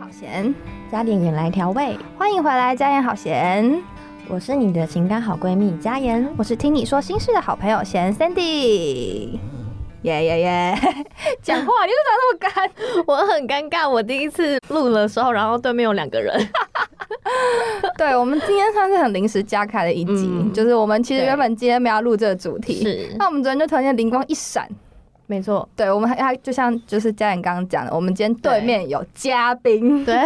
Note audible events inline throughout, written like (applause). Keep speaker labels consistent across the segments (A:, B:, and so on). A: 好咸，
B: 加点盐来调味。
A: 欢迎回来，家妍好咸，
B: 我是你的情感好闺蜜佳妍。
A: 我是听你说心事的好朋友咸 Sandy。耶耶耶！ (laughs) 讲话你为什么那么干？
C: 我很尴尬，我第一次录的时候，然后对面有两个人，
A: (laughs) 对我们今天算是很临时加开了一集，
C: 嗯
A: 就是我们其实
C: 对
A: 原本今天没有要录这个主题，
C: 是
A: 那我们昨天就突然间灵光一闪，
C: 没错，
A: 对我们还还就像就是佳妍刚刚讲的，我们今天对面有嘉宾，
C: 对，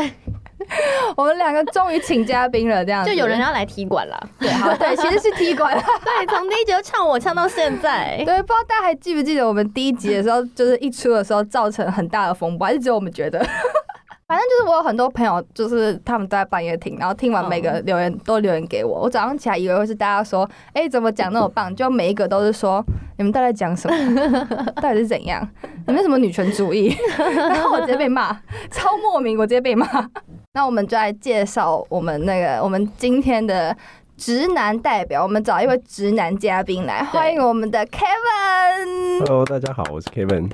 A: 我们两个终于请嘉宾了，这样子
C: 就有
A: (laughs)
C: 人要来踢馆
B: (laughs)
C: 啦。
A: 对，好对，其实是踢馆。
C: 对，从第一集就唱我唱到现
B: (laughs)
C: 在，
A: 对，不知道大家还记不记得我们第一集的时候，就是一出的时候造成很大的风波，还是只有我们觉得？ (laughs) 反正就是我有很多朋友，就是他们都在半夜听，然后听完每个留言都留言给我。我早上起来以为会是大家说，哎、怎么讲那么棒？就每一个都是说，你们到底在讲什么？ (laughs) 到底是怎样？你们什么女权主义？ (laughs) 然后我直接被骂，超莫名，我直接被骂。 (laughs) 那我们就来介绍我们那个我们今天的直男代表，我们找一位直男嘉宾来，
C: 对
A: 欢迎我们的 Kevin。
D: Hello，大家好，我是 Kevin。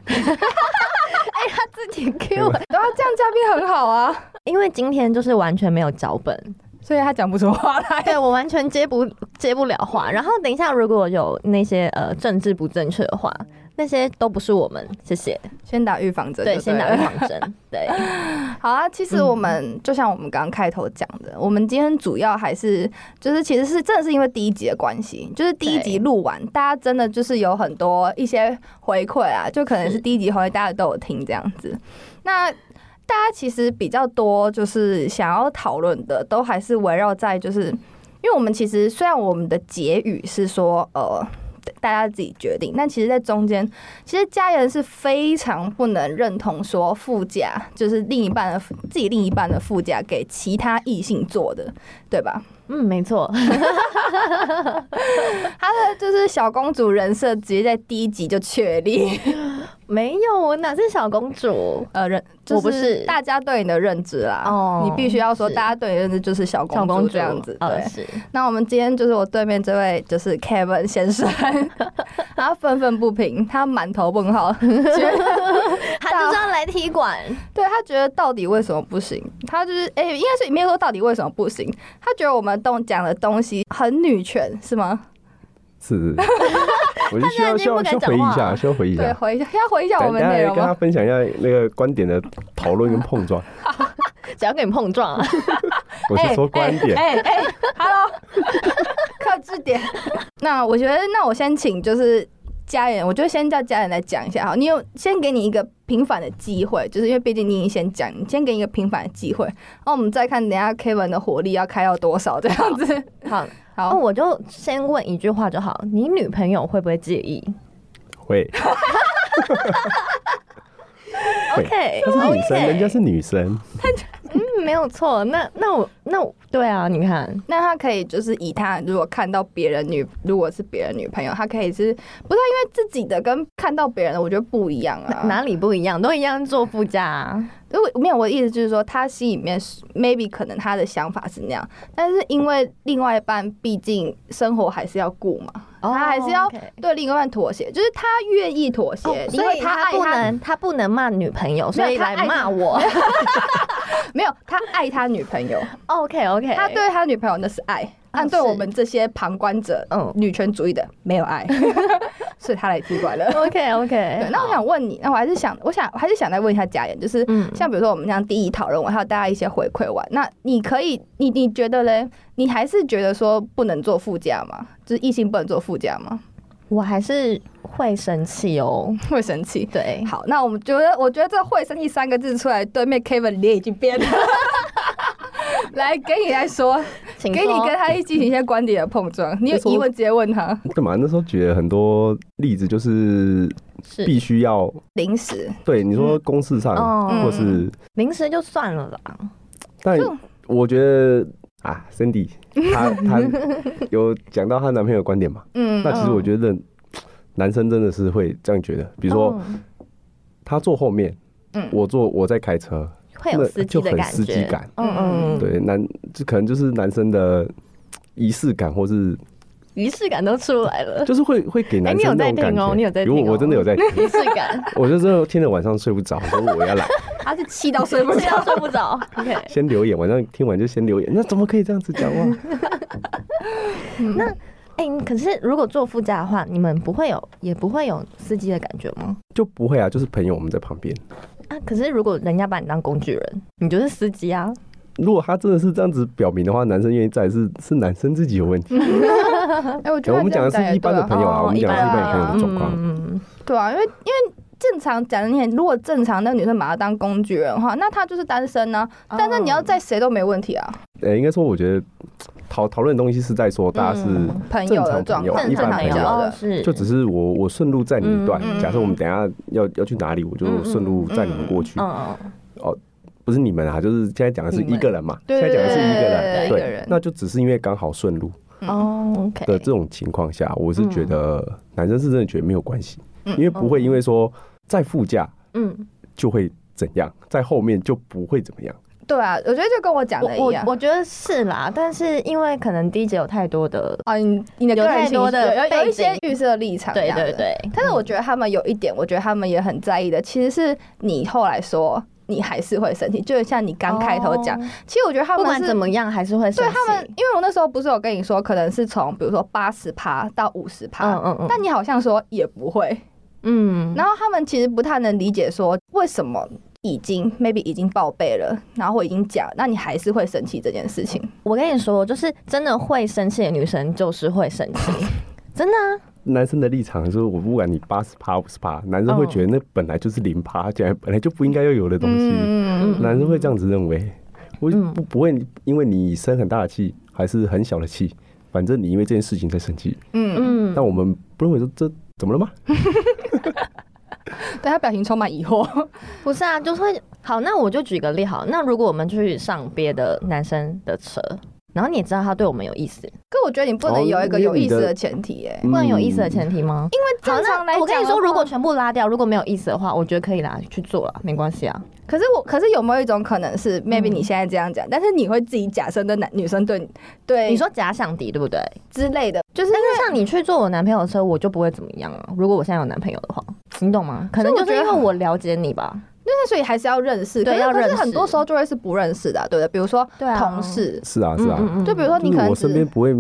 C: 他自己 Q 我，
A: 然后这样嘉宾很好啊，
B: 因为今天就是完全没有脚本，
A: (laughs) 所以他讲不出话来。
C: 对
B: 我完全接不接不了话。然后等一下如果有那些呃政治不正确的话，那些都不是我们，谢谢。
A: (laughs) 先打预防针，
B: 对，先打
A: 了。
B: 预防 (laughs) 针。对，
A: 好啊，其实我们、就像我们刚刚开头讲的，我们今天主要还是就是其实是真的是因为第一集的关系，就是第一集录完，大家真的就是有很多一些回馈啊，就可能是第一集回馈大家都有听这样子。那大家其实比较多就是想要讨论的，都还是围绕在就是。因为我们其实虽然我们的结语是说，呃，大家自己决定，但其实，在中间，其实家人是非常不能认同说副驾就是另一半的自己另一半的副驾给其他异性做的，对吧？
B: 嗯，没错，
A: 他的就是小公主人设直接在第一集就确
B: (laughs)
A: 立，
B: 没有我哪是小公主？
A: 呃，认
B: 我不
A: 就是大家对你的认知啦。
B: 哦
A: 你必须要说，
B: 是
A: 大家对你的认知就是小
B: 小
A: 公
B: 公主
A: 这样子，
B: 呃
A: 对。
B: 是
A: 那我们今天就是我对面这位就是 Kevin 先生， (laughs) 他愤愤不平，他满头问
B: (laughs)
A: 号，觉得
B: 他就是要来踢馆。
A: 对他觉得到底为什么不行？他就是哎、应该是没有说到底为什么不行，他觉得我们东讲的东西很女权是吗？
B: (laughs)
D: 是，我就需
B: 大家
D: 要
B: 已
D: 需
B: 经不敢讲
D: 要先回忆一
B: 话
D: 下，
B: 了
D: 先回忆一
A: 对，
D: 下。
A: 回一下要回一下我
D: 等
A: 们
D: 等下
A: 内
D: 来
A: 容
D: 跟他
A: 吗？
D: 分享一下那个观点的讨论跟
B: (laughs)
D: 碰撞。
B: 哎
C: 只要跟你碰撞啊，
D: 我是说观点，
A: 哎哎哎，Hello，克制点。 (laughs) 那我觉得，那我先请就是家人，我就先叫家人来讲一下哈。你有先给你一个平反的机会，就是因为毕竟你已经先讲，你先给你一个平反的机会，那我们再看等一下 Kevin 的火力要开到多少这样子。
B: 好，那
A: 好，
B: 哦我就先问一句话就好，你女朋友会不会介意
D: 会，
B: 哎
D: 会
B: ？OK，
D: 她是女生，人家是女生，
B: 嗯，没有错。那那我那我对啊，你看，
A: 那他可以就是以他如果看到别人女，如果是别人女朋友，他可以是不是因为自己的跟看到别人的，我觉得不一样
B: (laughs)
A: 啊。
B: 哪里不一样？都一样做附加、啊。
A: 如果没有我的意思就是说，他心里面是 maybe 可能他的想法是那样，但是因为另外一半毕竟生活还是要顾嘛，
B: 哦
A: 他还是要
B: OK
A: 对另一半妥协，就是他愿意妥协，
B: 哦
A: 因
B: 所
A: 为
B: 以
A: 他
B: 他
A: 爱
B: 不
A: 他
B: 能，他不能骂女朋友，所以
A: 他
B: 来
A: 爱
B: 骂
A: 他 (laughs)
B: 我。
A: 没有他爱他女朋
B: (laughs)
A: 友，
B: OK OK，
A: 他对他女朋友那是爱，但对
B: 哎哦是
A: 我们这些旁观者，
B: 嗯
A: 女权主义的没有
B: (laughs)
A: 爱，所以他来踢馆了。
B: OK
A: 对
B: OK，，
A: 那我想问你，那我还是想，我想我还是想再问一下嘉言，就是
B: 嗯
A: 像比如说我们这样第一讨论完，还有大家一些回馈完，那你可以，你你觉得嘞？你还是觉得说不能做副驾吗？就是异性不能做副驾吗？ (laughs)
B: 我还是会生气哦。
A: 会生气。
B: 对，
A: 好，那我们觉得，我觉得这“会生气”三个字出来，对面 Kevin 脸已经变了。 (laughs) 来，给你来说，
B: 请
A: 给你
B: 说
A: 跟他一进行一些观点的碰撞。你有疑问直接问他。
D: 干嘛？那时候举了很多例子，就是
B: 是
D: 必须要
A: 零食，
D: 对你说公事上，
B: 嗯哦，
D: 或是
B: 零食就算了啦。
D: 但
A: 就
D: 我觉得啊，Cindy，她
B: (laughs)
D: 她有讲到她男朋友的观点嘛？
A: 嗯
D: 那其实我觉得男生真的是会这样觉得，比如说。
B: 嗯
D: 他坐后面，
A: 嗯
D: 我坐我在开车，
B: 会有
D: 那
B: 司机
D: 就
B: 的
D: 很
B: 感
D: 司机
B: 觉，
D: 感
B: 嗯嗯，嗯，
D: 对男这可能就是男生的仪式感，或是
B: (laughs) 仪式感都出来了，
D: 就是会会给男
B: 哎你有
D: 生那
B: 在
D: 种感
B: 听
D: 觉。
B: 哦你有在听哦 (laughs)
D: 如果我真的有在听，
B: 仪式感。
D: 我就真的听得晚上睡不着，我说我要来，
A: 他是气到睡不
B: 睡
A: 着
D: (laughs)
B: 到。睡不着。OK，
D: 先留言，晚上听完就先留言，那怎么可以这样子讲话？
B: 哎、可是如果坐副驾的话，你们不会有，也不会有司机的感觉吗？
D: 就不会啊，就是朋友我们在旁边。
B: 啊，可是如果人家把你当工具人，你就是司机啊。
D: 如果他真的是这样子表明的话，男生愿意在是是男生自己有问
B: 嗯
D: 题。
A: 哎，我觉
D: 哎
A: 得
D: 我们讲的是一般的朋友啊，
A: 哦
D: 我们讲的是一般的朋友的状况。
B: 嗯，
A: 对啊，因为因为正常讲的，你如果正常那个女生把她当工具人的话，那她就是单身呢、但是你要在谁都没问题啊，
D: 呃，应该说，我觉得讨讨论的东西是在说大家是
B: 嗯
A: 朋友的
D: 正常
A: 状
D: 朋友
A: 况，
D: 一般
A: 常
D: 朋
A: 朋
D: 友
A: 友
B: 哦
A: 的，
B: 是，
D: 就只是我我顺路载你一段
B: 嗯嗯。
A: 嗯
D: 假设我们等一下要要去哪里，我就顺路载你们过去。
A: 哦
B: 嗯，
D: 不是你们啊，就是现在讲的是一个人嘛，
A: 你
D: 现
A: 们
D: 在讲的是一个
A: 对对对
D: 人，
A: 一个人
D: 对，那就只是因为刚好顺路
A: 嗯
B: 哦，OK，
D: 的这种情况下，我是觉得男生是真的觉得没有关系，
A: 嗯
D: 因为不会因为说在副驾
B: 嗯，
D: 就会怎样，在后面就不会怎么样。
A: 对啊，我觉得就跟我讲
B: 我
A: 的一
B: 我
A: 样。
B: 我觉得是啦，但是因为可能 DJ 有太多的，
A: 啊，你你的
B: 有
A: 个人
B: 太
A: 情
B: 多
A: 绪
B: 的
A: 有有有
B: 背
A: 一些
B: 景
A: 预设立场，
B: 对对。对，
A: 但是我觉得他们有一点，我觉得他们也很在意的，其实是你后来说你还是会生气，就像你刚开头讲，
B: 哦
A: 其实我觉得他
B: 不
A: 们
B: 管
A: 是
B: 怎么样还是会生
A: 对
B: 气，
A: 他们，因为我那时候不是有跟你说，可能是从比如说八十趴到五十趴，
B: 嗯嗯嗯
A: 但你好像说也不会，
B: 嗯，
A: 然后他们其实不太能理解说为什么已经 maybe 已经报备了，然后我已经讲，那你还是会生气这件事情。
B: 我跟你说，就是真的会生气的女生就是会生
A: (laughs)
B: 气，真的啊，
D: 男生的立场是，我不管你八十趴五十趴，男
A: 哦
D: 生会觉得那本来就是零趴，竟然本来就不应该要有的东西，
A: 嗯，
D: 男生会这样子认为。我
B: 嗯
D: 不不会因为你生很大的气还是很小的气，反正你因为这件事情在生气。
A: 嗯，
B: 嗯，
D: 但我们不认为说这怎么了吗？
A: 对他表情充满疑惑。 (laughs)
B: 不是啊，就是会好。那我就举个例好，那如果我们去上别的男生的车，然后你也知道他对我们有意思，
A: 可我觉得你不能
D: 哦
A: 有一个
D: 因为
A: 有
D: 你
A: 意思
D: 的
A: 的前提、耶。
B: 不能有意思的前提吗？
A: 因
B: 因为
A: 嗯为正常来讲，
B: 我跟你说，如果。全部拉掉，如果没有意思的话，我觉得可以啦，去做啦，没关系啊。
A: 可是我，可是有没有一种可能是，maybe
B: 嗯
A: 你现在这样讲，但是你会自己假设的男女生对你对
B: 你说假想敌对不对？
A: 之类的，就是
B: 但是像你去坐我男朋友的车，我就不会怎么样啊。如果我现在有男朋友的话，你懂吗？可能
A: 所以
B: 就
A: 我觉
B: 是
A: 得
B: 因为我了解你吧。
A: 那所以还是要认识，可
B: 对
A: 是
B: 要认识
A: 可是很多时候就会是不认识的啊、对不对？比如说
B: 对啊
A: 同事，
D: 是啊，是啊，
B: 嗯嗯嗯
A: 就比如说你
D: 就是
A: 可能
D: 我身边
A: 只嗯
D: 不会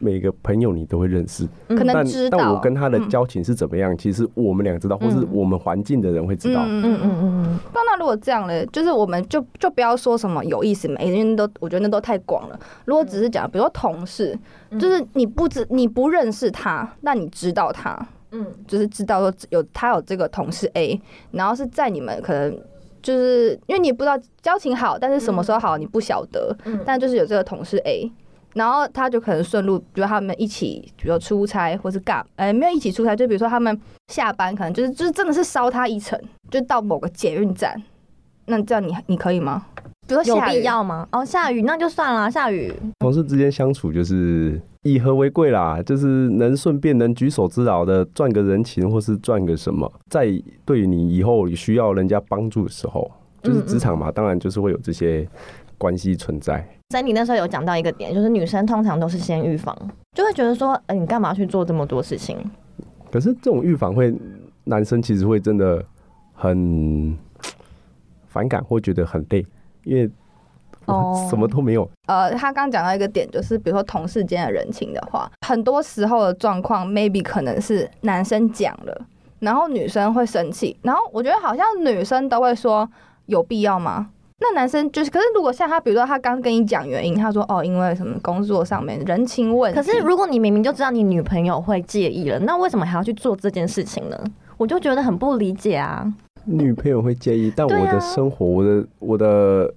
D: 每个朋友你都会认识，
A: 可能
D: 但
A: 知道，
D: 但我跟他的
A: 嗯
D: 交情是怎么样，其实我们俩知道，或是
B: 嗯
D: 我们环境的人会知道。
A: 嗯
B: 嗯
A: 嗯嗯。
B: 嗯嗯嗯，
A: 那那如果这样嘞，就是我们就就不要说什么有意思没，因为那都我觉得那都太广了。如果只是讲，比如说同事，就是你不知你不认识他，那你知道他，嗯，就是知道说有他有这个同事 A，然后是在你们可能。就是因为你也不知道交情好，但是什么时候好你不晓得，但就是有这个同事 A，然后他就可能顺路，比如他们一起，比如说出差或是干，哎、没有一起出差，就比如说他们下班可能就是就是真的是烧他一程，就到某个捷运站，那这样你你可以吗？比如说
B: 有
A: 下雨
B: 必要吗？哦，下雨那就算啦，下雨
D: 同事之间相处就是以和为贵啦，就是能顺便能举手之劳的赚个人情，或是赚个什么，在对于你以后需要人家帮助的时候，就是职场嘛，当然就是会有这些关系存在。
B: 在你那时候有讲到一个点，就是女生通常都是先预防，就会觉得说，呃，你干嘛去做这么多事情？
D: 可是这种预防会，男生其实会真的很反感，或觉得很累，因为
B: 哦
D: 我什么都没有。
A: 呃，他刚讲到一个点，就是比如说同事间的人情的话，很多时候的状况，maybe 可能是男生讲了，然后女生会生气，然后我觉得好像女生都会说有必要吗？那男生就是，可是如果像他，比如说他刚跟你讲原因，他说哦，因为什么工作上面人情问题，
B: 可是如果你明明就知道你女朋友会介意了，那为什么还要去做这件事情呢？我就觉得很不理解啊。
D: 女朋友会介意，但
B: 对啊
D: 我的生活，我的我的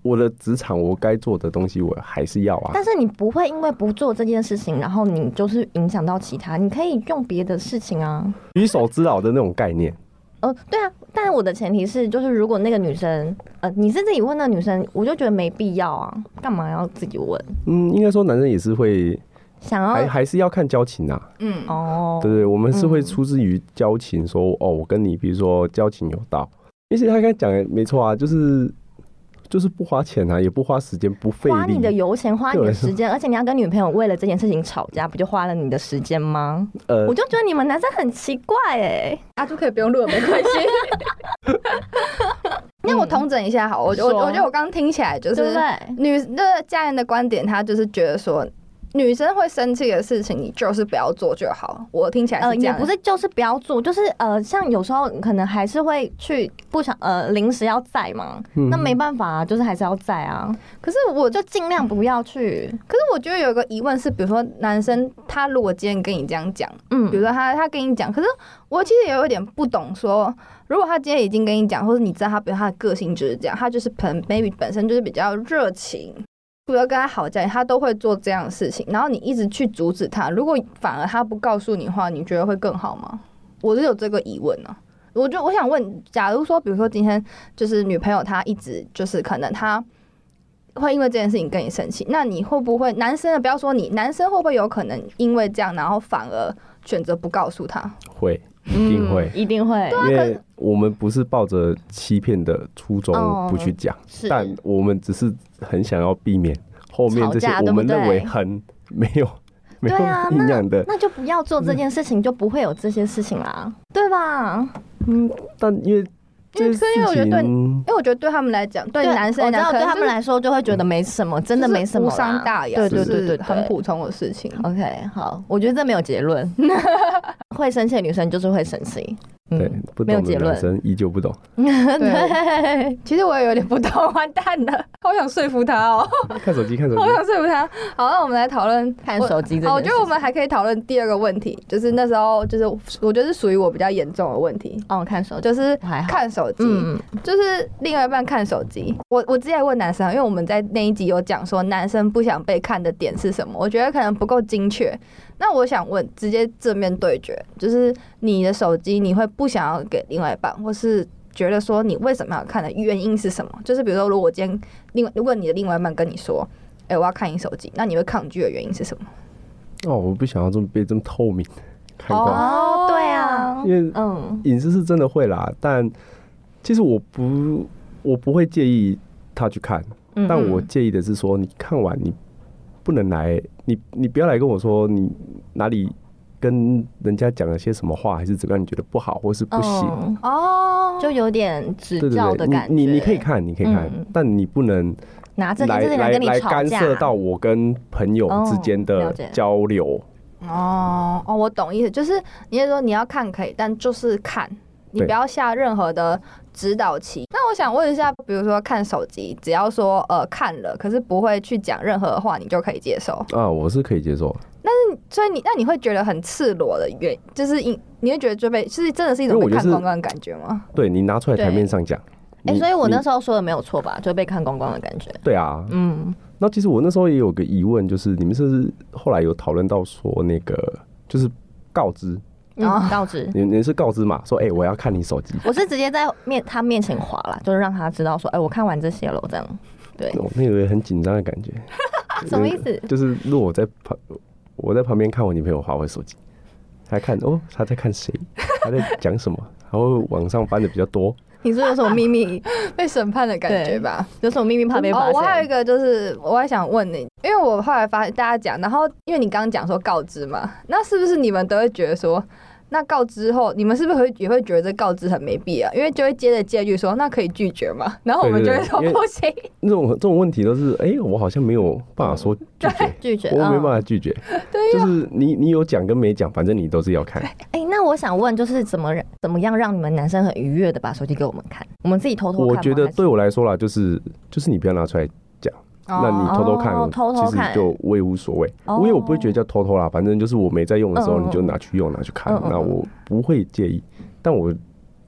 D: 我的职场，我该做的东西，我还是要啊。
B: 但是你不会因为不做这件事情，然后你就是影响到其他，你可以用别的事情啊。
D: 举手之劳的那种概念，
B: 呃，对啊，但是我的前提是，就是如果那个女生，呃，你是自己问那女生，我就觉得没必要啊，干嘛要自己问？
D: 嗯，应该说男生也是会，
B: 想
D: 还
B: 要
D: 还是要看交情啊。
A: 嗯，
B: 啊哦，嗯
D: 对对，我们是会出自于交情，说哦，我跟你，比如说交情有道。而且他刚才讲的没错啊，就是就是不花钱啊，也不花时间，不费
B: 花你的
D: 力。
B: 油钱，花你
D: 对
B: 的时间，而且你要跟女朋友为了这件事情吵架，不就花了你的时间吗？
D: 呃
B: 我，就觉得你们男生很奇怪哎、
A: (laughs) 啊，就可以不用录了，没关系。那我同公正一下好，我我
B: 说
A: 我觉得我刚听起来就
B: 对不
A: 是
B: 对？
A: 女的家人的观点，她就是觉得说。女生会生气的事情，你就是不要做就好。我听起来
B: 呃，
A: 是这
B: 也
A: 样，
D: 啊
B: 不是，就是不要做，就是呃，像有时候可能还是会去不想呃临时要在嘛，
D: 嗯
B: 那没办法啊，就是还是要在啊，
A: 可是我
B: 就尽量不要去，
A: 可是我觉得有一个疑问是，比如说男生他如果今天跟你这样讲，
B: 嗯
A: 比如说他他跟你讲，可是我其实也有一点不懂说，如果他今天已经跟你讲，或者你知道他，比如他的个性就是这样，他就是本 maybe 本身就是比较热情，比如说跟他好在，他都会做这样的事情，然后你一直去阻止他，如果反而他不告诉你的话，你觉得会更好吗？我是有这个疑问呢、啊我就我想问，假如说，比如说今天就是女朋友她一直就是可能她会因为这件事情跟你生气，那你会不会男生的不要说你，男生会不会有可能因为这样，然后反而选择不告诉她？
D: 会一定会
B: 嗯，一定会，
D: 因为我们不是抱着欺骗的初衷
B: 哦
D: 不去讲，
B: 是
D: 但我们只是很想要避免后面这些
B: 吵架
D: 我们
B: 对不对
D: 认为很没有没有
B: 对啊
D: 营养的，
B: 那就不要做这件事情，就不会有这些事情啦，对吧？
D: 嗯，但因为这些
A: 因为
D: 事
A: 我觉得对
B: 嗯
D: 情，
A: 因为我觉得对他们来讲，对男生
B: 我
A: 来
B: 知
A: 讲，可能
B: 道，对
A: 就是嗯
B: 他们来说就会觉得没什么，真的没什么
A: 就
B: 啦，
A: 是无伤大雅，
B: 对对
A: 就是
B: 对对，对
A: 很。普通的事
B: (laughs)
A: 情。
B: OK，好，我觉得这没有
A: (laughs)
B: 结论。会生气的女生就是会生气，嗯
D: 对，不
B: 没有
D: 懂
B: 结
D: 的
B: 论
D: 男生依旧不懂，
A: 对
B: 对，
A: 其实我也有点不懂，完蛋 (laughs) 了，好想说服他哦，
D: 看手机看
B: (laughs)
D: 手机
A: 好，想说服他。好，那我们来讨论哦
B: 看手机这件事情
A: 好，我觉得我们还可以讨论第二个问题，就是那时候就是我觉得是属于我比较严重的问题，
B: 哦，看手机，
A: 就是
B: 我还好
A: 看手机。
B: 嗯，
A: 就是另外一半看手机。我我之前问男生，因为我们在那一集有讲说男生不想被看的点是什么，我觉得可能不够精确。那我想问，直接正面对决，就是你的手机你会不想要给另外一半，或是觉得说你为什么要看的原因是什么？就是比如说，如果我今天另外如果你的另外一半跟你说。哎、我要看你手机，那你会抗拒的原因是什么？
D: 哦，我不想要这么被这么透明看光，
B: 哦，对啊，
D: 因为
B: 嗯，
D: 隐私是真的会啦，但其实我不我不会介意他去看，
A: 嗯
D: 但我介意的是说，你看完你不能来，你你不要来跟我说你哪里跟人家讲了些什么话，还是怎么样，你觉得不好或是不行。
B: 嗯，
A: 哦，
B: 就有点指
D: 对对
B: 教的
D: 对，
B: 感觉。
D: 你你你可以看，你可以看，
B: 嗯
D: 但你不能
B: 拿这件
D: 来
B: 事情
D: 来
B: 跟你
D: 来
B: 吵
D: 干
B: 架，
D: 涉到我跟朋友之间
B: 哦了
D: 的
B: 解
D: 交流。
A: 哦哦，我懂意思，就是你是说你要看可以，但就是看，你
D: 对
A: 不要下任何的指导棋。那我想问一下，比如说看手机，只要说呃看了，可是不会去讲任何的话，你就可以接受。
D: 啊，我是可以接受，
A: 所以你那你会觉得很赤裸的原，就是你你会觉得就被，就是真的是一种
D: 因
A: 被
D: 为我就
A: 看
D: 是
A: 光光的感觉吗？
D: 对你拿出来台面上讲。
B: 哎，
D: 你
B: 所以我那
D: 你
B: 时候说的没有错吧？就被看光光的感觉。
D: 对啊，
B: 嗯，
D: 那其实我那时候也有个疑问，就是你们是不是后来有讨论到说那个就是告知，
A: 哦
B: 嗯，告知。
D: 你你是告知嘛？说哎、我要看你手机。
B: 我是直接在面他面前划啦，就是让他知道说，哎、我看完这些了，这样。对，
D: 我那个很紧张的感觉，
B: 啊什么意思？
D: 就是如果我在旁我在旁边看我女朋友划我手机，她看哦她在看谁，她在讲什么，然后往上翻的比较多，
B: 你是不是有什么
A: (laughs)
B: 秘密？
A: 被审判的感觉
B: 对
A: 吧。
B: 有什么秘密怕被发
A: 哦，
B: 现？
A: 我还有一个就是，我还想问你，因为我后来发现大家讲，然后因为你刚刚讲说告知嘛，那是不是你们都会觉得说，那告知后，你们是不是会也会觉得这告知很没必要？因为就会接着接一句说，那可以拒绝嘛，然后我们就
D: 对
A: 会
D: 对
A: 说
D: 对因为
A: 不行，
D: 那种这种问题都是哎、我好像没有办法说拒绝。
B: 拒绝。
D: (laughs) 我没办
B: 嗯
D: 法拒绝，就是你你有讲跟没讲，反正你都是要看。
B: 哎、那我想问，就是怎么怎么样让你们男生很愉悦的把手机给我们看？我们自己偷偷看吗
D: 我觉得
B: 还是
D: 对我来说啦，就是就是你不要拿出来那你偷偷看，
B: 哦
D: 我
B: 偷偷看
D: 其实就我也无所谓，
B: 哦
D: 我也不会觉得叫偷偷啦，反正就是我没在用的时候，
B: 嗯嗯
D: 你就拿去用，拿去看
B: 嗯，嗯
D: 那我不会介意。但我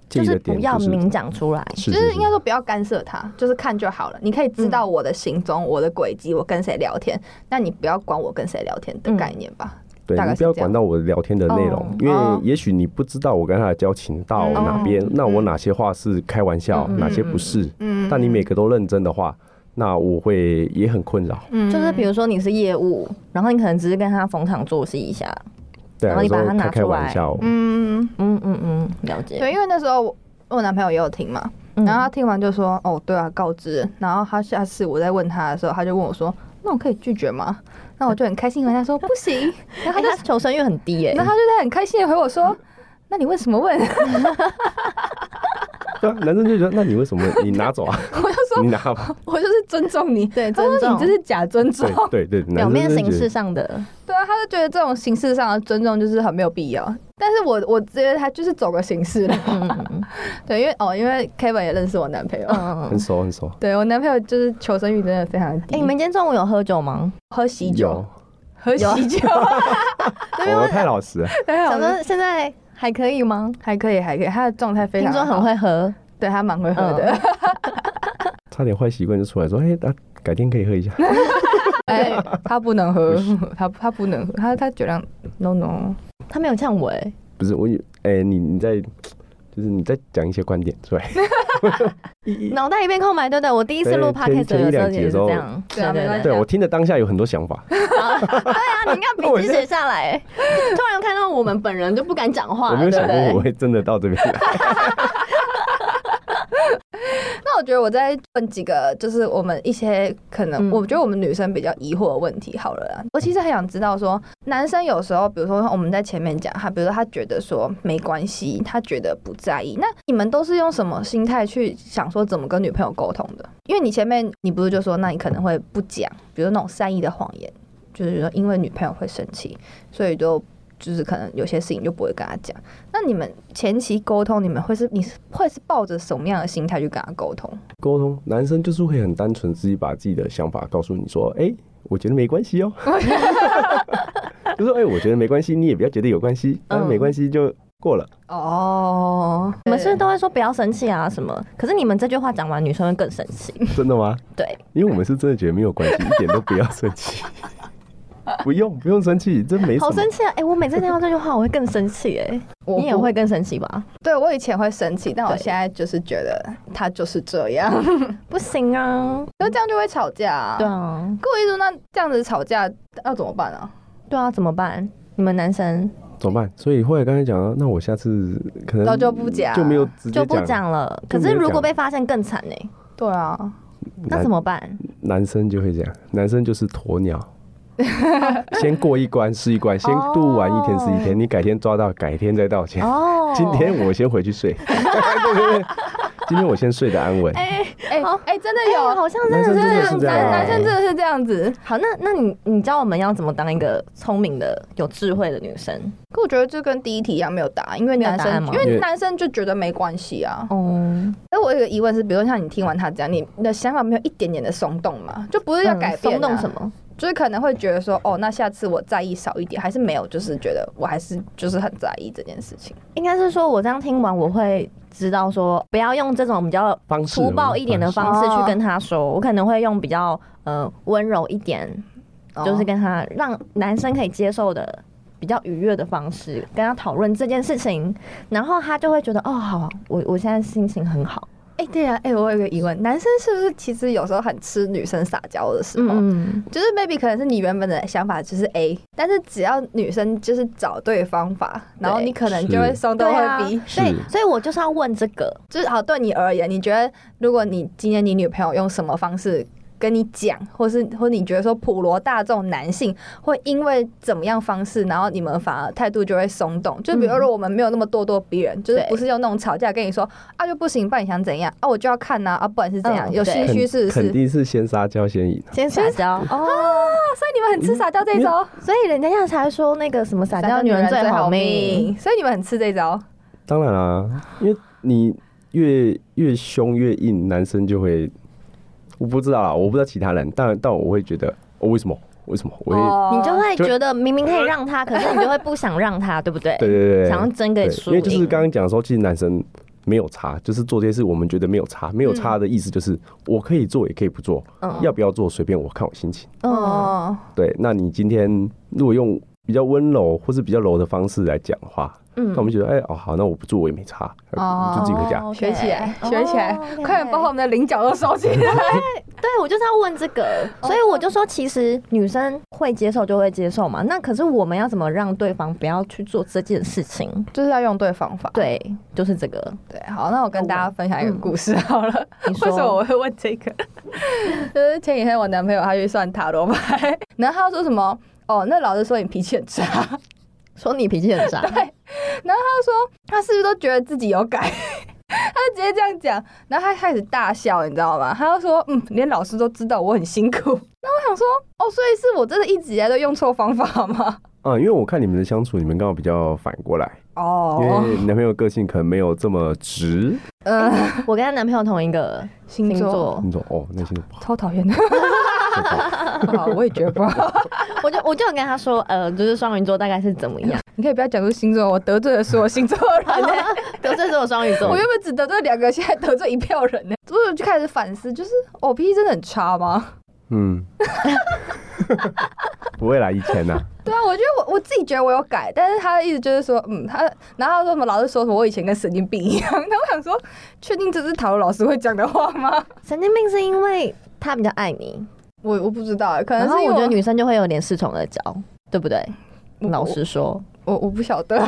D: 介
B: 就
D: 意
B: 是
D: 的
B: 不
D: 点
B: 要
D: 就是，
B: 明讲出来。
D: 是
A: 就是应该说不要干涉他，就是看就好了。你可以
B: 嗯
A: 知道我的行踪、我的轨迹，我跟谁聊天，那你不要管我跟谁聊天的
B: 嗯
A: 概念吧。
D: 对
A: 大概
D: 你
A: 是
D: 不要
A: 这样
D: 管到我聊天的内容
B: 哦，
D: 因
A: 哦
D: 为也许你不知道我跟他的交情到
A: 嗯
D: 哪边，那我哪些话是开玩笑，
B: 嗯嗯
D: 哪些不是。
A: 嗯
D: 但你每个都认真的话，那我会也很困扰。
A: 嗯
B: 就是比如说你是业务，然后你可能只是跟他逢场作戏一下。
D: 对
B: 然
D: 啊，
B: 后
D: 有
B: 你
D: 时
B: 把
D: 候
B: 它拿
D: 开开
B: 出来
D: 玩笑，
A: 嗯。
B: 嗯嗯嗯，了解。
A: 对，因为那时候我我男朋友也有听嘛，
B: 嗯
A: 然后他听完就说：“哦，对啊，告知。”然后他下次我再问他的时候，他就问我说：“那我可以拒绝吗？”那我就很开心地跟他说：“不行。”然后他
B: 哎
A: 就
B: 他，嗯求生欲很低
A: (laughs)
B: 耶、
A: 然后他就在很开心的回我说：“那你为什么问？”
D: 对啊，男生就觉得那你为
B: (laughs)
D: 什么你拿走啊？
A: 我就说
D: 你拿吧。
A: 我就是尊重你，
B: 嗯对，
A: 他说
B: 尊重
A: 你这是假尊重。
D: 对对对，
B: 表
D: 男
B: 面
D: 生就
B: 形
D: 觉得
B: 式上的，
A: 对啊，他就觉得这种形式上的尊重就是很没有必要。但是我我觉得他就是走个形式了，
B: 嗯嗯
A: (laughs) 对，因为哦，因为 Kevin 也认识我男朋友，
B: 嗯
D: 很。熟很熟。
A: 对我男朋友就是求生欲真的非常低。
B: 哎，你们今天中午有喝酒吗？
A: 喝喜
D: 有，
A: 酒，喝喜酒， (laughs)
D: 我太老实了。
A: 对，
B: 想
A: 好像
B: 说现在还可以吗？
A: 还可以，还可以，他的状态非
B: 听
A: 常
B: 说很嗯
A: 好，
B: 会喝，
A: 对他蛮会喝的。
D: 差点坏习惯就出来说，哎、那改天可以
B: (laughs)
D: 喝一下。
A: (laughs) 哎，他不能喝，他他不能喝，他他酒量 no no。
B: 他没有呛我哎，
D: 不是我以，哎、你你在，就是你在讲一些观点
B: (laughs)
D: 出来。
B: 脑袋一片空白，对不对？我第一次录
D: 对
B: podcast
D: 前前一
B: 的时
D: 两
B: 候
D: 集
B: 也
D: 的
B: 是
D: 时候
B: 这样，
A: 对啊没关系
D: 对我听的当下有很多想法，
B: 啊，你看笔记写下来，突然看到我们本人就不敢讲话
D: 我
B: 了，
D: 没
B: 对不
D: 有想过
B: 对
D: 我？会真的到这边来。
A: (laughs) 那我觉得我再问几个，就是我们一些可能，
B: 嗯
A: 我觉得我们女生比较疑惑的问题好了啦。我其实很想知道说，男生有时候，比如说我们在前面讲他，比如说他觉得说没关系，他觉得不在意，那你们都是用什么心态去想说怎么跟女朋友沟通的？因为你前面你不是就说，那你可能会不讲，比如那种善意的谎言，就是说因为女朋友会生气，所以就。就是可能有些事情就不会跟他讲。那你们前期沟通，你们会是你是会是抱着什么样的心态去跟他沟通？
D: 沟通，男生就是会很单纯，自己把自己的想法告诉你说，哎、我觉得没
B: (laughs)
D: 关系哦。 (laughs) 就说，哎、我觉得没关系，你也不要觉得有关系，
B: 嗯
D: 但是没关系就过了。
A: 哦，
B: 我
A: 我
B: 们
A: 们
B: 是不
A: 是
B: 是都会说不要生气啊什么？可是你们这句话讲完，女生会更生
D: (laughs)
B: 气。
D: 真的吗？
B: 对，
D: 因为我们是真的觉得没有关
B: (laughs)
D: 系，一点都不要生气。 (laughs) 不用，不用生气，这没什么。
B: 好生气啊！哎、我每次听到这句话，我会更生气哎、
A: 我
B: 你也
A: 不
B: 会更生气吧？
A: 对我以前会生气，但我
B: 对
A: 现在就是觉得他就是这
B: (laughs)
A: 样，
B: 不行啊！
A: 那这样就会吵架、啊。
B: 对，啊，
A: 跟我一说那这样子吵架要怎么办啊？
B: 对啊，怎么办？你们男生
D: 怎么办？所以后来刚才讲啊，那我下次可能
A: 那就不讲
D: 就没有直
B: 就
D: 接
B: 不讲了。
D: 就
B: 可
D: 没有
B: 是如
D: 讲
B: 果被发现更惨哎、
A: 对啊，
B: 那
D: 男
B: 怎么办？
D: 男生就会这样，男生就是
B: (laughs)
D: 鸵鸟，先过一关是一关，先
B: 哦
D: 度完一天是一天，你改天抓到，改天再道歉。
B: 哦，
D: (laughs) 今天我先回
B: (laughs)
D: 去睡，对对对，今天我先睡得安稳。
A: 哎、哎、真的
B: 哎
A: 有，
B: 我好像真的
D: 男生
B: 是
D: 真的
B: 样
D: 是
B: 子
D: 这样
B: 哎
D: 啊
A: 男生真的是这样子。
B: 好，那那你你教我们要怎么当一个聪明的、有智慧的女生？
A: 可我觉得就跟第一题一样没有答案，因为
B: 没有
A: 男
B: 答案
A: 生
B: 吗
A: 因为男生就觉得没关系啊。
B: 哦，
A: 哎，我有一个疑问是，比如像你听完他这样，你你的想法没有一点点的松动吗？就不是要改变、
B: 嗯
A: 啊
B: 松动
A: 么？
B: 什么？
A: 就是可能会觉得说，哦，那下次我在意少一点，还是没有，就是觉得我还是就是很在意这件事情。
B: 应该是说我这样听完，我会知道说不要用这种比较
D: 方式
B: 粗暴一点的方式
A: 哦
B: 去跟他说，我可能会用比较呃温柔一点，就是跟他让男生可以接受的比较愉悦的方式跟他讨论这件事情，然后他就会觉得哦好，我我现在心情很好，
A: 哎、对啊，哎、我有个疑问，男生是不是其实有时候很吃女生撒娇的时候？
B: 嗯
A: 就是 maybe 可能是你原本的想法就是 A，但是只要女生就是找对方法，然后你可能就会
D: 是
A: 松动
B: 对
A: 会
B: 啊，
A: B，、
B: 所以
D: 是
B: 所以我就是要问这个，
A: 就是好对你而言，你觉得如果你今天你女朋友用什么方式跟你讲，或是或你觉得说普罗大众男性会因为怎么样方式，然后你们反而态度就会松动？就比如
B: 嗯
A: 说我们没有那么咄咄逼人，就是
B: 对
A: 不是用那种吵架跟你说啊就不行，不然你想怎样啊我就要看呐啊不然是怎样，
B: 嗯
A: 有
B: 对
A: 心
D: 肯
A: 虚是啊不是？所
D: 肯
A: 以
D: 定是先撒娇先赢。啊
B: 先撒娇哦，
A: 你们很吃撒娇这一 (laughs) 招，
B: 所以人家现在才说那个什么撒娇女人最好命，，
A: 所以嗯哦你们很吃这一招。
D: 当然啦、因为你越越凶越硬，男生就会，我不知道啦，我不知道其他人，但但我会觉得，哦，为什么？为什么？我会，
A: 哦
B: 你就会
D: 就
B: 觉得明明可以让他，可是你就会不想让他，对不对？
D: 对对对对，
B: 想要争个
D: 对
B: 输
D: 因为就是
B: 赢
D: 刚刚讲说，其实男生没有差，就是做这些事我们觉得没有差，没有差的意思就是、我可以做也可以不做，
B: 嗯
D: 要不要做随便我看我心情。
B: 嗯，
A: 哦，
D: 对，那你今天如果用比较温柔或是比较柔的方式来讲话，
B: 嗯
D: 那我们觉得哎、哦好，那我不做我也没差，
A: 哦
D: 呃就自己回家。
B: 哦
A: 学起来，
B: 对
A: 学起来
B: 哦，，OK
A: 快点把我们的菱角都收起来。
B: 对，我就是要问这个，
A: 哦
B: 所以我就说，其实女生会接受就会接受嘛。那可是我们要怎么让对方不要去做这件事情？
A: 就是要用对方法。
B: 对，就是这个。
A: 对，好，那我跟大家分享一个故事好了。
B: 嗯你说
A: 为什么我会问这个？ (laughs) 就是前几天我男朋友他去算塔罗牌，然后他说什么？哦，那老师说你脾气很差， (laughs)
B: 说你脾气很差，
A: 然后他说他是不是都觉得自己有改？他 (laughs) 就直接这样讲，然后他开始大笑，你知道吗？他就说，嗯，连老师都知道我很辛苦。 (laughs) 那我想说，哦，所以是我真的一直以来都用错方法吗？
D: 啊，因为我看你们的相处，你们刚好比较反过来，因
A: 哦，
D: 为你男朋友个性可能没有这么直。
A: 嗯，
B: 我跟她男朋友同一个
A: 星座
B: 座，
D: 你说哦，那些都不
A: (laughs)
D: 好
A: 超讨厌的， (laughs)
D: 不好，
A: 不好我也觉得不好。
B: 我就我就有跟她说，呃，就是双鱼座大概是怎么样？
A: (laughs) 你可以不要讲出星座，我得罪了所有星座的人呢、
B: 得罪是我双鱼座
A: (laughs) 我，原本只得罪两个，现在得罪一票人呢、所以我就开始反思，就是我脾气真的很差吗？
D: 嗯， (laughs) 不会啦，以前呐，
A: 对啊，我觉得我我自己觉得我有改，但是他的意思就是说，嗯，他然后他说什么老师说什么我以前跟神经病一样，那我想说，确定这是塔罗老师会讲的话吗？
B: 神经病是因为他比较爱你，
A: 我我不知道欸，可能
B: 然
A: 是
B: 后
A: 因为
B: 我觉得女生就会有点恃宠而骄，对不对？
A: 我
B: 老实说，
A: 我我不晓得， (laughs) 我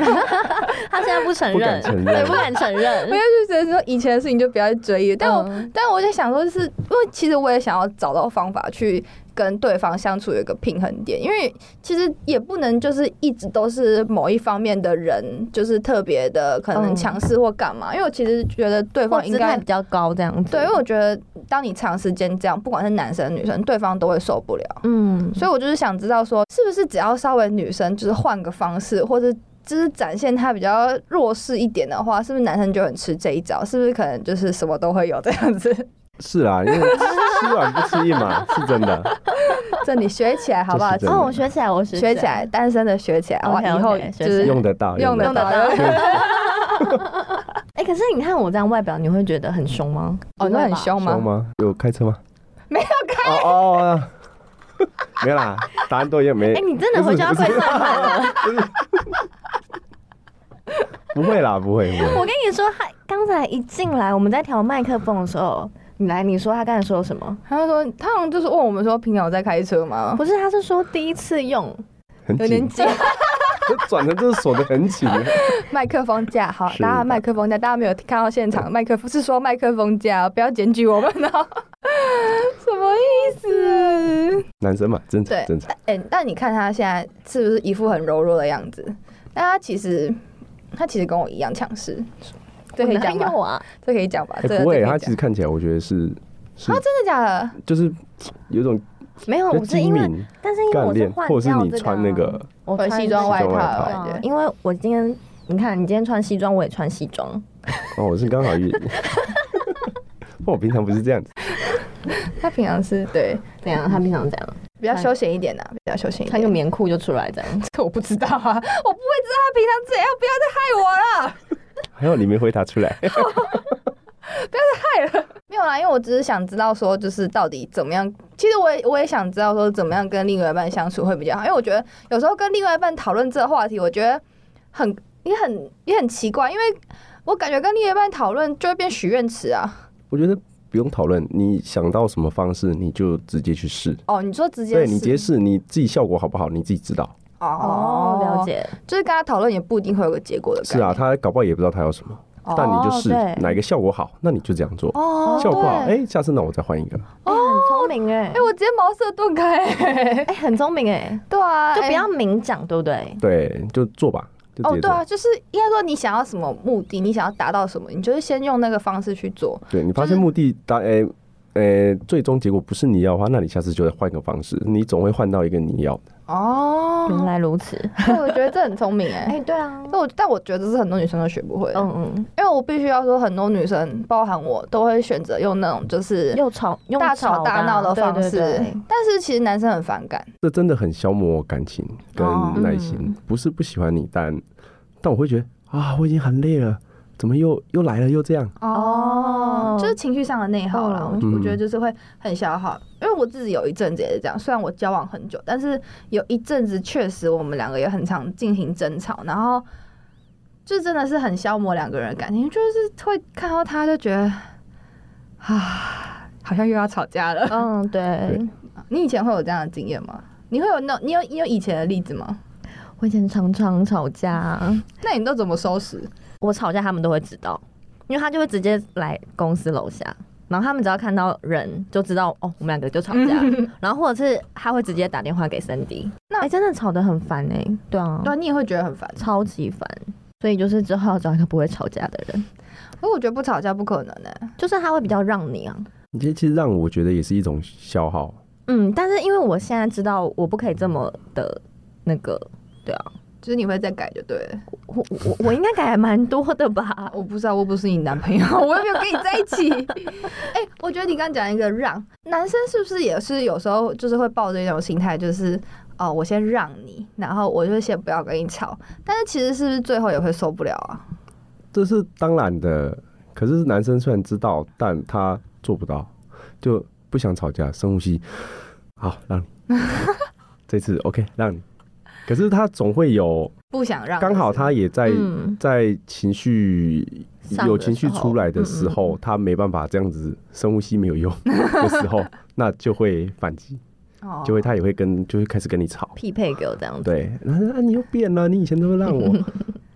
B: 她现在不承
D: 不敢
B: 认，
D: 承
B: 对，
D: 认
B: 不。敢承
A: (laughs)
B: 认
A: 就。觉得说以前的事情就不要去追忆，但我、
B: 嗯
A: 但我在想说，就是因为其实我也想要找到方法去跟对方相处有一个平衡点，因为其实也不能就是一直都是某一方面的人就是特别的可能
B: 嗯
A: 强势或干嘛，因为我其实觉得对
B: 或
A: 方应
B: 姿
A: 该
B: 态比较高这样子，
A: 对，因为我觉得当你长时间这样，不管是男生女生，对方都会受不了。
B: 嗯，
A: 所以我就是想知道说，是不是只要稍微女生就是换个方式，或者就是展现她比较弱势一点的话，是不是男生就很吃这一招？是不是可能就是什么都会有这样子？
D: 是啊啦，因为吃软不吃硬嘛，是真的。
A: (laughs) 这你学起来好不好？
D: 这是真的
B: 哦，我学起来，我学
A: 学起来，，单身的学起来，哇，
B: OK，OK，
A: 以后
B: 学
A: 就
B: 起来
A: 是
D: 用得到，
A: 用得
B: 用得
A: 到。
B: 哎、可是你看我这样外表，你会觉得很凶吗？
A: 哦，那很凶
D: 凶
A: 吗？
D: 吗？有开车吗？
A: 没有
D: 开。哦哦哦， (laughs) 没有啦，答案都一样，没
B: 哎、。你真的回家会上班
A: (laughs)
B: 了？
D: 不会啦，不会，不
B: 我 (laughs)
D: 会。
B: 跟你说，他刚才一进来，我们在调麦克风的时候，你来，你说他刚才说什么？
A: 他就说，他好像就是问我们说，平常有在开车吗？
B: 不是，他是说第一次用，
D: 很
B: 有点
D: 紧，
B: 紧，
D: 这转成 (laughs) 就是锁的很紧。
A: (laughs) 麦克风架，好，
D: 是
A: 大家麦克风架，大家没有看到现场，麦克风是说麦克风架，不要检举我们哦。 (laughs) 什么意思？
D: 男生嘛，正常
A: 对
D: 正常。
A: 哎、但你看他现在是不是一副很柔弱的样子？但他其实，他其实跟我一样强势，这可以
B: 哪
A: 讲吧？
B: 有啊？
A: 这可以讲吧？这个
D: 哎，不
A: 这可
D: 会，
A: 以
D: 他
A: 讲
D: 其实看起来，我觉得是是
A: 啊，真的假的？
D: 就是有种
B: 没有，
D: 比较
B: 哦我是
D: 精
B: 因为，
D: 明、
B: 但是因为
D: 干
B: 我是
D: 练，
B: 换
D: 或者是
B: 掉
D: 你
B: 这
D: 穿
B: 啊
D: 那个，
B: 我
A: 和
B: 穿
A: 西装
B: 这
A: 外套
B: 个
A: 的
D: 套
A: 感觉。
B: 啊因为我今天，你看你今天穿西装，我也穿西装，
D: 哦，我是刚好遇。不我平常不是这样子，
A: 他平常是 (laughs) 对
B: 怎样？他平常怎样？
A: 比较
B: 穿
A: 休闲一点的、啊比较休闲一
B: 穿个
A: 点。
B: 棉裤就出来这样？
A: 这我不知道 (laughs) 啊，我不会知道他平常怎样，不要再害我了。啊
D: 还好你没回答出来。 (laughs)
A: 没有啦，因为我只是想知道说，就是到底怎么样。其实我也我也想知道说，怎么样跟另外一半相处会比较好。因为我觉得有时候跟另外一半讨论这个话题，我觉得很也很也很奇怪，因为我感觉跟另外一半讨论就会变许愿池啊。
D: 我觉得不用讨论，你想到什么方式你就直接去试。
A: 哦，你说直接
D: 对你直
A: 接
D: 接试，你自己效果好不好，你自己知道。
A: 哦，
B: 了，解。
A: 就是跟他讨论也不一定会有个结果的感
D: 是
A: 觉。
D: 啊，他搞不好也不知道他要什么，
A: 哦
D: 但你就试
B: 对
D: 哪个效果好，那你就这样做。
A: 哦，
D: 效果好，
A: 对
D: 哎、下次那我再换一个。
A: 哦
B: 哎、很聪明哎、
A: 哎，我直接茅塞顿开、
B: 哎、很聪明哎、
A: 对啊，
B: 就
A: 哎
B: 不要明讲，对不对？
D: 对，就做吧，就直
A: 哦，
D: 接
A: 对
D: 做。
A: 啊，就是应该说你想要什么目的，你想要达到什么，你就是先用那个方式去做。
D: 对你发
A: 就
D: 现
A: 是
D: 目的达，哎、呃，最终结果不是你要的话，那你下次就再换个方式，你总会换到一个你要的。
A: 哦，
B: 原来如此。
A: 对，我觉得这很聪明哎、
B: (laughs) 哎、对啊，
A: 但我但我觉得这是很多女生都学不会的，
B: 嗯
A: 因为我必须要说，很多女生，包含我，都会选择用那种就是
B: 嗯，又吵用
A: 大吵
B: 的啊
A: 大闹的方式。
B: 对对对
A: 但是其实男生很反感，
D: 这真的很消磨感情跟
A: 哦
D: 耐心。
B: 嗯
D: 不是不喜欢你，但但我会觉得啊，我已经很累了，怎么又又来了又这样？
B: 哦
A: 就是情绪上的内耗啦。我、
D: 嗯
A: 我觉得就是会很消耗，因为我自己有一阵子也是这样，虽然我交往很久，但是有一阵子确实我们两个也很常进行争吵，然后就真的是很消磨两个人的感情，就是会看到他就觉得啊，好像又要吵架了。
B: 嗯，对
D: 对。
A: 你以前会有这样的经验吗？你会有那你有你有以前的例子吗？
B: 我以前常常吵架，啊
A: 那你都怎么收
B: 嗯
A: 拾？
B: 我吵架他们都会知道，因为他就会直接来公司楼下，然后他们只要看到人就知道哦，我们两个就吵架， (laughs) 然后或者是他会直接打电话给森迪，
A: 那
B: 哎、真的吵得很烦哎、对啊，
A: 对啊，你也会觉得很烦。
B: 超级烦。所以就是之后要找一个不会吵架的人，
A: 可我觉得不吵架不可能呢、欸
B: 就是他会比较让你啊。
D: 你这其实让我觉得也是一种消耗。
B: 嗯，但是因为我现在知道我不可以这么的那个，对啊，
A: 就是你会再改就对了。
B: 我我我应该改还蛮多的吧？
A: 啊我不知道，我不是你男朋友， (laughs) 我又没有跟你在一起。 (laughs) 哎、我觉得你刚刚讲一个让，男生是不是也是有时候就是会抱着一种心态，就是哦，我先让你，然后我就先不要跟你吵。但是其实是不是最后也会受不了啊？
D: 这是当然的。可是男生虽然知道，但他做不到，就不想吵架，深呼吸，好，让
B: (laughs)
D: 你，这次 OK，让你。可是他总会有，
A: 不想让，
D: 刚好他也在、
B: 嗯，
D: 在情绪
B: 上
D: 有
B: 的
D: 情绪
B: 时候
D: 出来的
B: 嗯
D: 时
B: 嗯
D: 候，他没办法这样子深呼吸没有用的
B: (laughs)
D: 时候，那就会反击，
A: 哦
D: 就会他也会跟就会开始跟你吵。
B: 匹配给我这样子。
D: 对，然后说啊你又变了，你以前都会让
B: (laughs)
D: 我，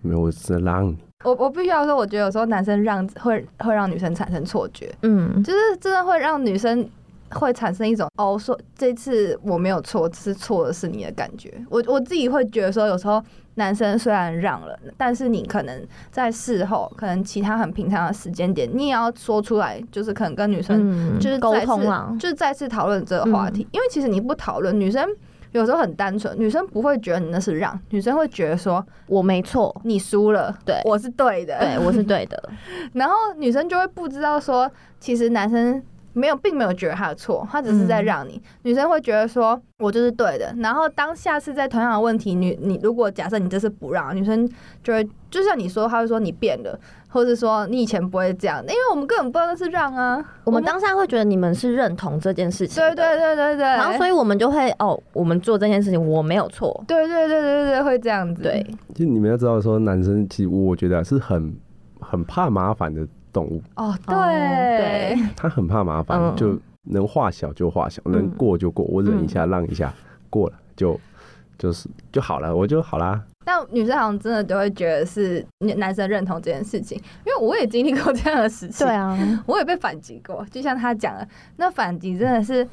D: 没有，我只是让你。
A: 我我必须要说，我觉得有时候男生让会会让女生产生错觉，
B: 嗯，
A: 就是真的会让女生会产生一种哦，说这次我没有错，是错的是你的感觉。我我自己会觉得说，有时候男生虽然让了，但是你可能在事后，可能其他很平常的时间点，你也要说出来，就是可能跟女生、
B: 嗯
A: 就是
B: 沟
A: 再次
B: 通啦。
A: 就是再次讨论这个话题，因为其实你不讨论，女生有时候很单纯，女生不会觉得你那是让，女生会觉得说
B: 我没错，
A: 你输了，
B: 对
A: 我是对的，
B: 对我是对的。
A: 然后女生就会不知道说，其实男生没有，并没有觉得他的错，他只是在让你。女生会觉得说我就是对的。然后当下次在同样的问题，女你如果假设你这次不让，女生就会就像你说，她会说你变了，或者说你以前不会这样，因为我们根本不知道那是让啊。
B: 我们当下会觉得你们是认同这件事情
A: 对
B: 的，
A: 对对对对，
B: 然后所
A: 以
B: 以我们就会哦，我们做这件事情我没有错，
A: 对对对对对会这样子。
B: 对，
D: 其实你们要知道，说男生其实我觉得啊是很很怕麻烦的动物，
A: 哦对
B: 对
D: 他很怕麻烦，
B: 嗯
D: 就能化小就化小，能
B: 嗯
D: 过就过，我忍一下，让一下，过了就就是就好了，我就好啦。
A: 但女生好像真的都会觉得是男生认同这件事情，因为我也经历过这样的事情。
B: 对啊，
A: 我也被反击过，就像他讲的，那反击真的是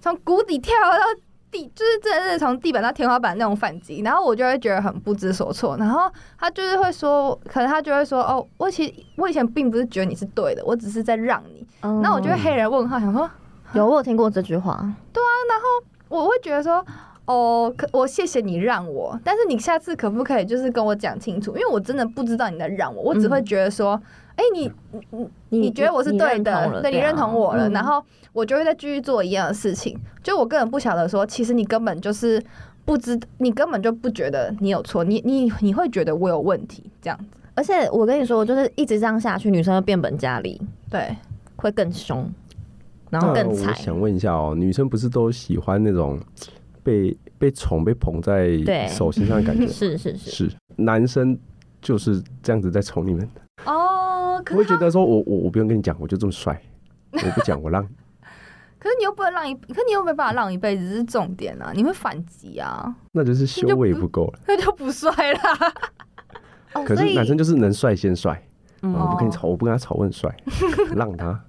A: 从谷底跳到地，就是真的是从地板到天花板那种反击，然后我就会觉得很不知所措。然后他就是会说，可能他就会说，哦，我其实我以前并不是觉得你是对的，我只是在让你。
B: 嗯
A: 那我就会黑人问号，想说
B: 有我有听过这句话，
A: 我会觉得说，哦，可我谢谢你让我，但是你下次可不可以就是跟我讲清楚？因为我真的不知道你在让我，我只会觉得说，哎、你你觉得我是对
B: 认同
A: 的，
B: 了
A: 对啊你认同我了，
B: 嗯
A: 然后我就会再继续做一样的事情。就我个人不晓得说，其实你根本就是不知，你根本就不觉得你有错，你你你会觉得我有问题这样子。
B: 而且我跟你说，我就是一直这样下去，女生会变本加厉，
A: 对，
B: 会更凶，然
D: 那
B: 后更
D: 我
B: 菜。
D: 想问一下哦，女生不是都喜欢那种被被宠、被捧在
B: 对
D: 手心上的感觉？
B: 是是是，
D: (laughs) 是男生就是这样子在宠你们，
A: 哦，
D: 我
A: 可
D: 会
A: 是
D: 觉
A: 他
D: 得说我我我不用跟你讲，我就这么帅，我不讲我让你。
A: 可是你又不能让一，可你又没办法让一辈子，这是重点啊！你会反击啊，
D: 那就是修为不够了。
A: 那就不帅啦。
B: 哦
D: 可
B: 所
D: 是
B: 以
D: 男生就是能帅先帅，
B: 嗯
D: 啊我不跟你吵，我不跟他吵，我很帅，
B: (laughs)
D: 让他。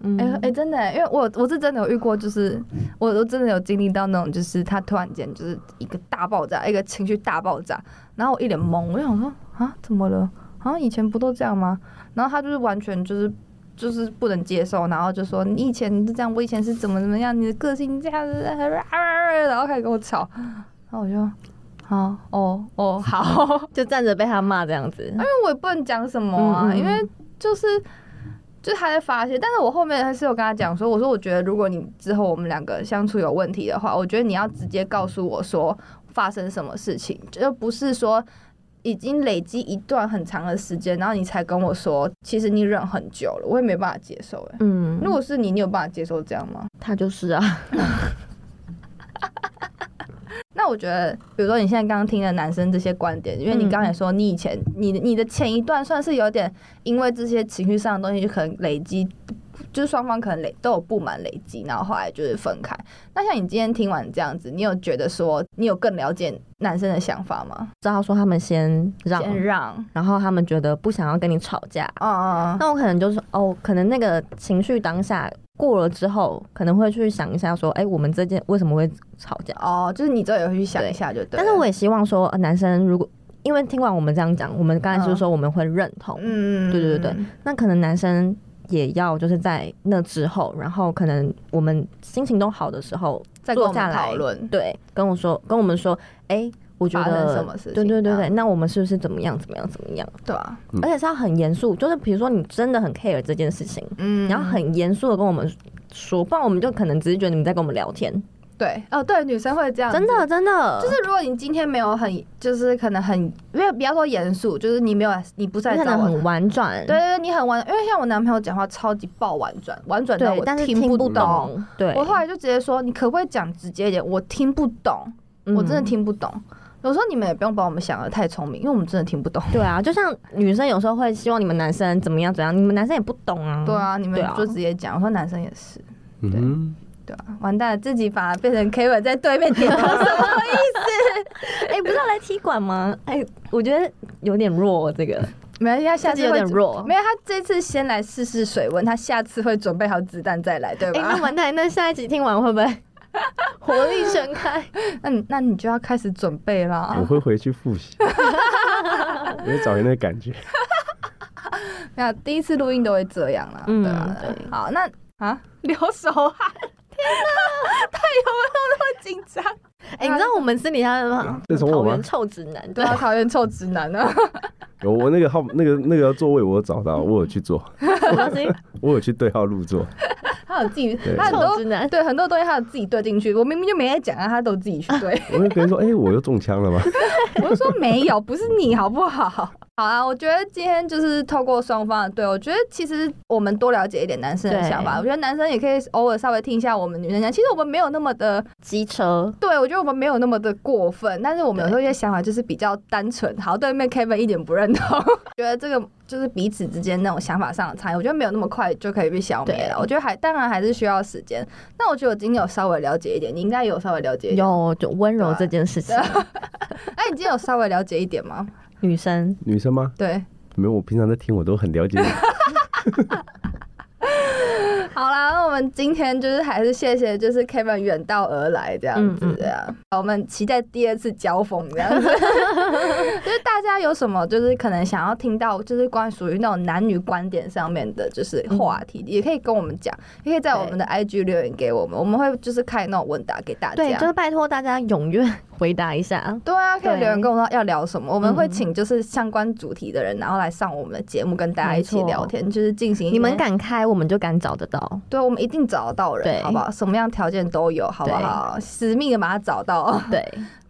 B: 嗯
A: 哎、哎、真的、因为我我是真的有遇过，就是我我真的有经历到那种，就是他突然间就是一个大爆炸，一个情绪大爆炸，然后我一脸懵，我就想说啊，怎么了？好、像以前不都这样吗？然后他就是完全就是就是不能接受，然后就说你以前是这样，我以前是怎么怎么样，你的个性这样子，然后开始跟我吵，然后我就好哦哦好，
B: 就站着被他骂这样子，
A: 因为我也不能讲什么啊，
B: 嗯嗯嗯
A: 因为就是就是他在发泄，但是我后面还是有跟他讲说，我说我觉得如果你之后我们两个相处有问题的话，我觉得你要直接告诉我说发生什么事情，就不是说。已经累积一段很长的时间，然后你才跟我说，其实你忍很久了，我也没办法接受。哎、
B: 嗯，
A: 如果是你，你有办法接受这样吗？
B: 他就是啊，
A: 那我觉得，比如说你现在刚刚听了男生这些观点，因为你
B: 嗯
A: 刚才也说你以前你的你的前一段算是有点因为这些情绪上的东西，就可能累积，就是双方可能累都有不满累积，然后后来就是分开。那像你今天听完这样子，你有觉得说你有更了解男生的想法吗？
B: 知道说他们先让，
A: 先让，
B: 然后他们觉得不想要跟你吵架，
A: 嗯嗯嗯，
B: 那我可能就是哦，可能那个情绪当下过了之后，可能会去想一下说，哎、我们这件为什么会吵架？
A: 哦，就是你之后也会去想一下就对了。
B: 但是我也希望说，呃男生如果因为听完我们这样讲，我们刚才是说我们会认同，
A: 嗯，
B: 对对对，那可能男生也要就是在那之后，然后可能我们心情都好的时候
A: 再跟我
B: 坐
A: 们
B: 下
A: 讨
B: 来，
A: 论，
B: 对，跟我说，跟我们说，哎、我觉
A: 发生
B: 得
A: 什么事情嗯
B: 对对对
A: 这
B: 对，
A: 样
B: 那我们是不是怎么样怎么样怎么样？
A: 对啊，
D: 嗯
B: 而且是要很严肃，就是比如说你真的很 care 这件事情，
A: 嗯
B: 你要很严肃的跟我们说，不然我们就可能只是觉得你们在跟我们聊天。
A: 对哦，对，女生会这样，
B: 真的，真的，
A: 就是如果你今天没有很，就是可能很，因为不要说严肃，就是你没有，你不是
B: 你
A: 来
B: 可
A: 找
B: 能
A: 我
B: 很
A: 的。
B: 婉转，
A: 对对对，你很婉，因为像我男朋友讲话超级爆婉转，婉转到
B: 对
A: 我，
B: 但是
A: 听
B: 不
A: 懂。
B: 懂，对，
A: 我后来就直接说，你可不可以讲直接一点？我听不懂，
B: 嗯
A: 我真的听不懂。有时候你们也不用把我们想的太聪明，因为我们真的听不懂。
B: 对啊，就像女生有时候会希望你们男生怎么样怎么样，你们男生也不懂啊。
A: 对，啊，你们
B: 对啊
A: 就直接讲。我说男生也是，
D: (laughs) 嗯哼，
A: 对啊，完蛋了，自己反而变
B: (laughs)
A: 成 K 文在对面点头 (laughs) 什么意思？
B: 哎、不是要来踢馆吗？哎、我觉得有点弱，哦这个
A: 没关系，他下
B: 甚
A: 次
B: 至有
A: 会
B: 点弱
A: 没。有，他这次先来试试水温，他下次会准备好子弹再来，对
B: 哎、
A: 吧
B: 那？完蛋，那下一集听完会不 (laughs) 会活力全开？
A: 那你那你就要开始准备啦 (laughs)
B: 哦
D: 我。会回去复习，我会找回那个感觉。
A: 那第一次录音都会这样啦，
B: 嗯
A: 对啊
B: 对
A: 好，那啊， (laughs) 流手汗， (laughs) 天哪，他有没有那么紧张？
B: 哎、你知道我们私底下吗？
D: 这是从我
B: 桃
D: 吗
B: 园臭直 (laughs) 男，
A: (laughs) 对
B: 对，
A: 啊，讨厌臭直男啊！
D: 有我那个号，那个那个座位我有找到，我有去坐，
B: 什么东西？
D: 我有去对号入座。
A: (laughs) 他有自己，
D: 对
A: 他很
B: 臭
A: 多
B: 直男。
A: 对很多东西他有自己对进去。我明明就没在讲啊，他都自己去对。 (laughs)
D: 我就跟人说，哎、我又中枪了吗？ (laughs)
A: 我就说没有，不是你好不好？ (laughs) 好啊，我觉得今天就是透过双方的对，我觉得其实我们多了解一点男生的
B: 对
A: 想法。我觉得男生也可以偶尔稍微听一下我们女生讲，其实我们没有那么的，
B: 机车，
A: 对我觉得我们没有那么的过分，但是我们有时候一些想法就是比较单纯。好，对面 Kevin 一点不认同，觉得这个就是彼此之间那种想法上的差异，我觉得没有那么快就可以被消灭了。
B: 对
A: 我觉得还当然还是需要时间。那我觉得我今天有稍微了解一点，你应该有稍微了解一点。
B: 有就温柔
A: 对
B: 这件事情，
A: 哎、你今天有稍微了解一点吗？
B: 女生
D: 女生吗？
A: 对。
D: 没有，我平常在听，我都很了解你。
A: 好啦，那我们今天就是还是谢谢，就是 Kevin 远道而来这样子
B: 嗯嗯
A: 这样，好我们期待第二次交锋这样
B: (laughs)
A: 子。就是大家有什么就是可能想要听到，就是关于属于那种男女观点上面的，就是话题，也可以跟我们讲，也可以在我们的 IG 留言给我们，我们会就是开那种问答给大
B: 对，
A: 家
B: 就。是拜托大家踊跃回答一下。
A: 对啊，可以
B: 对
A: 留言跟我说要聊什么，我们会
B: 嗯
A: 请就是相关主题的人，然后来上我们的节目，跟大家一起
B: 没错
A: 聊天，就是进行一
B: 你们
A: 些
B: 敢开，我们就敢找得到。
A: 对，我们一定找得到人，
B: 对
A: 好不好？什么样条件都有，好不好？死命的把他找到。
B: (laughs) 对，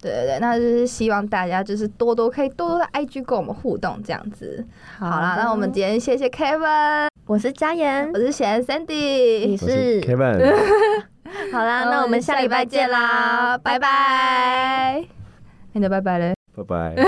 A: 对对对，那就是希望大家就是多多可以多多的 IG 跟我们互动这样子。
B: 好
A: 好啦，那我们今天谢谢 Kevin，
B: 我是佳妍
A: 我，是贤 Sandy，
B: 你
D: 我
B: 是
D: 是
B: (laughs)
D: Kevin，
B: 好啦，那我们下礼拜见啦，拜拜。
A: 哎拜拜。你的拜拜嘞？
D: 拜拜。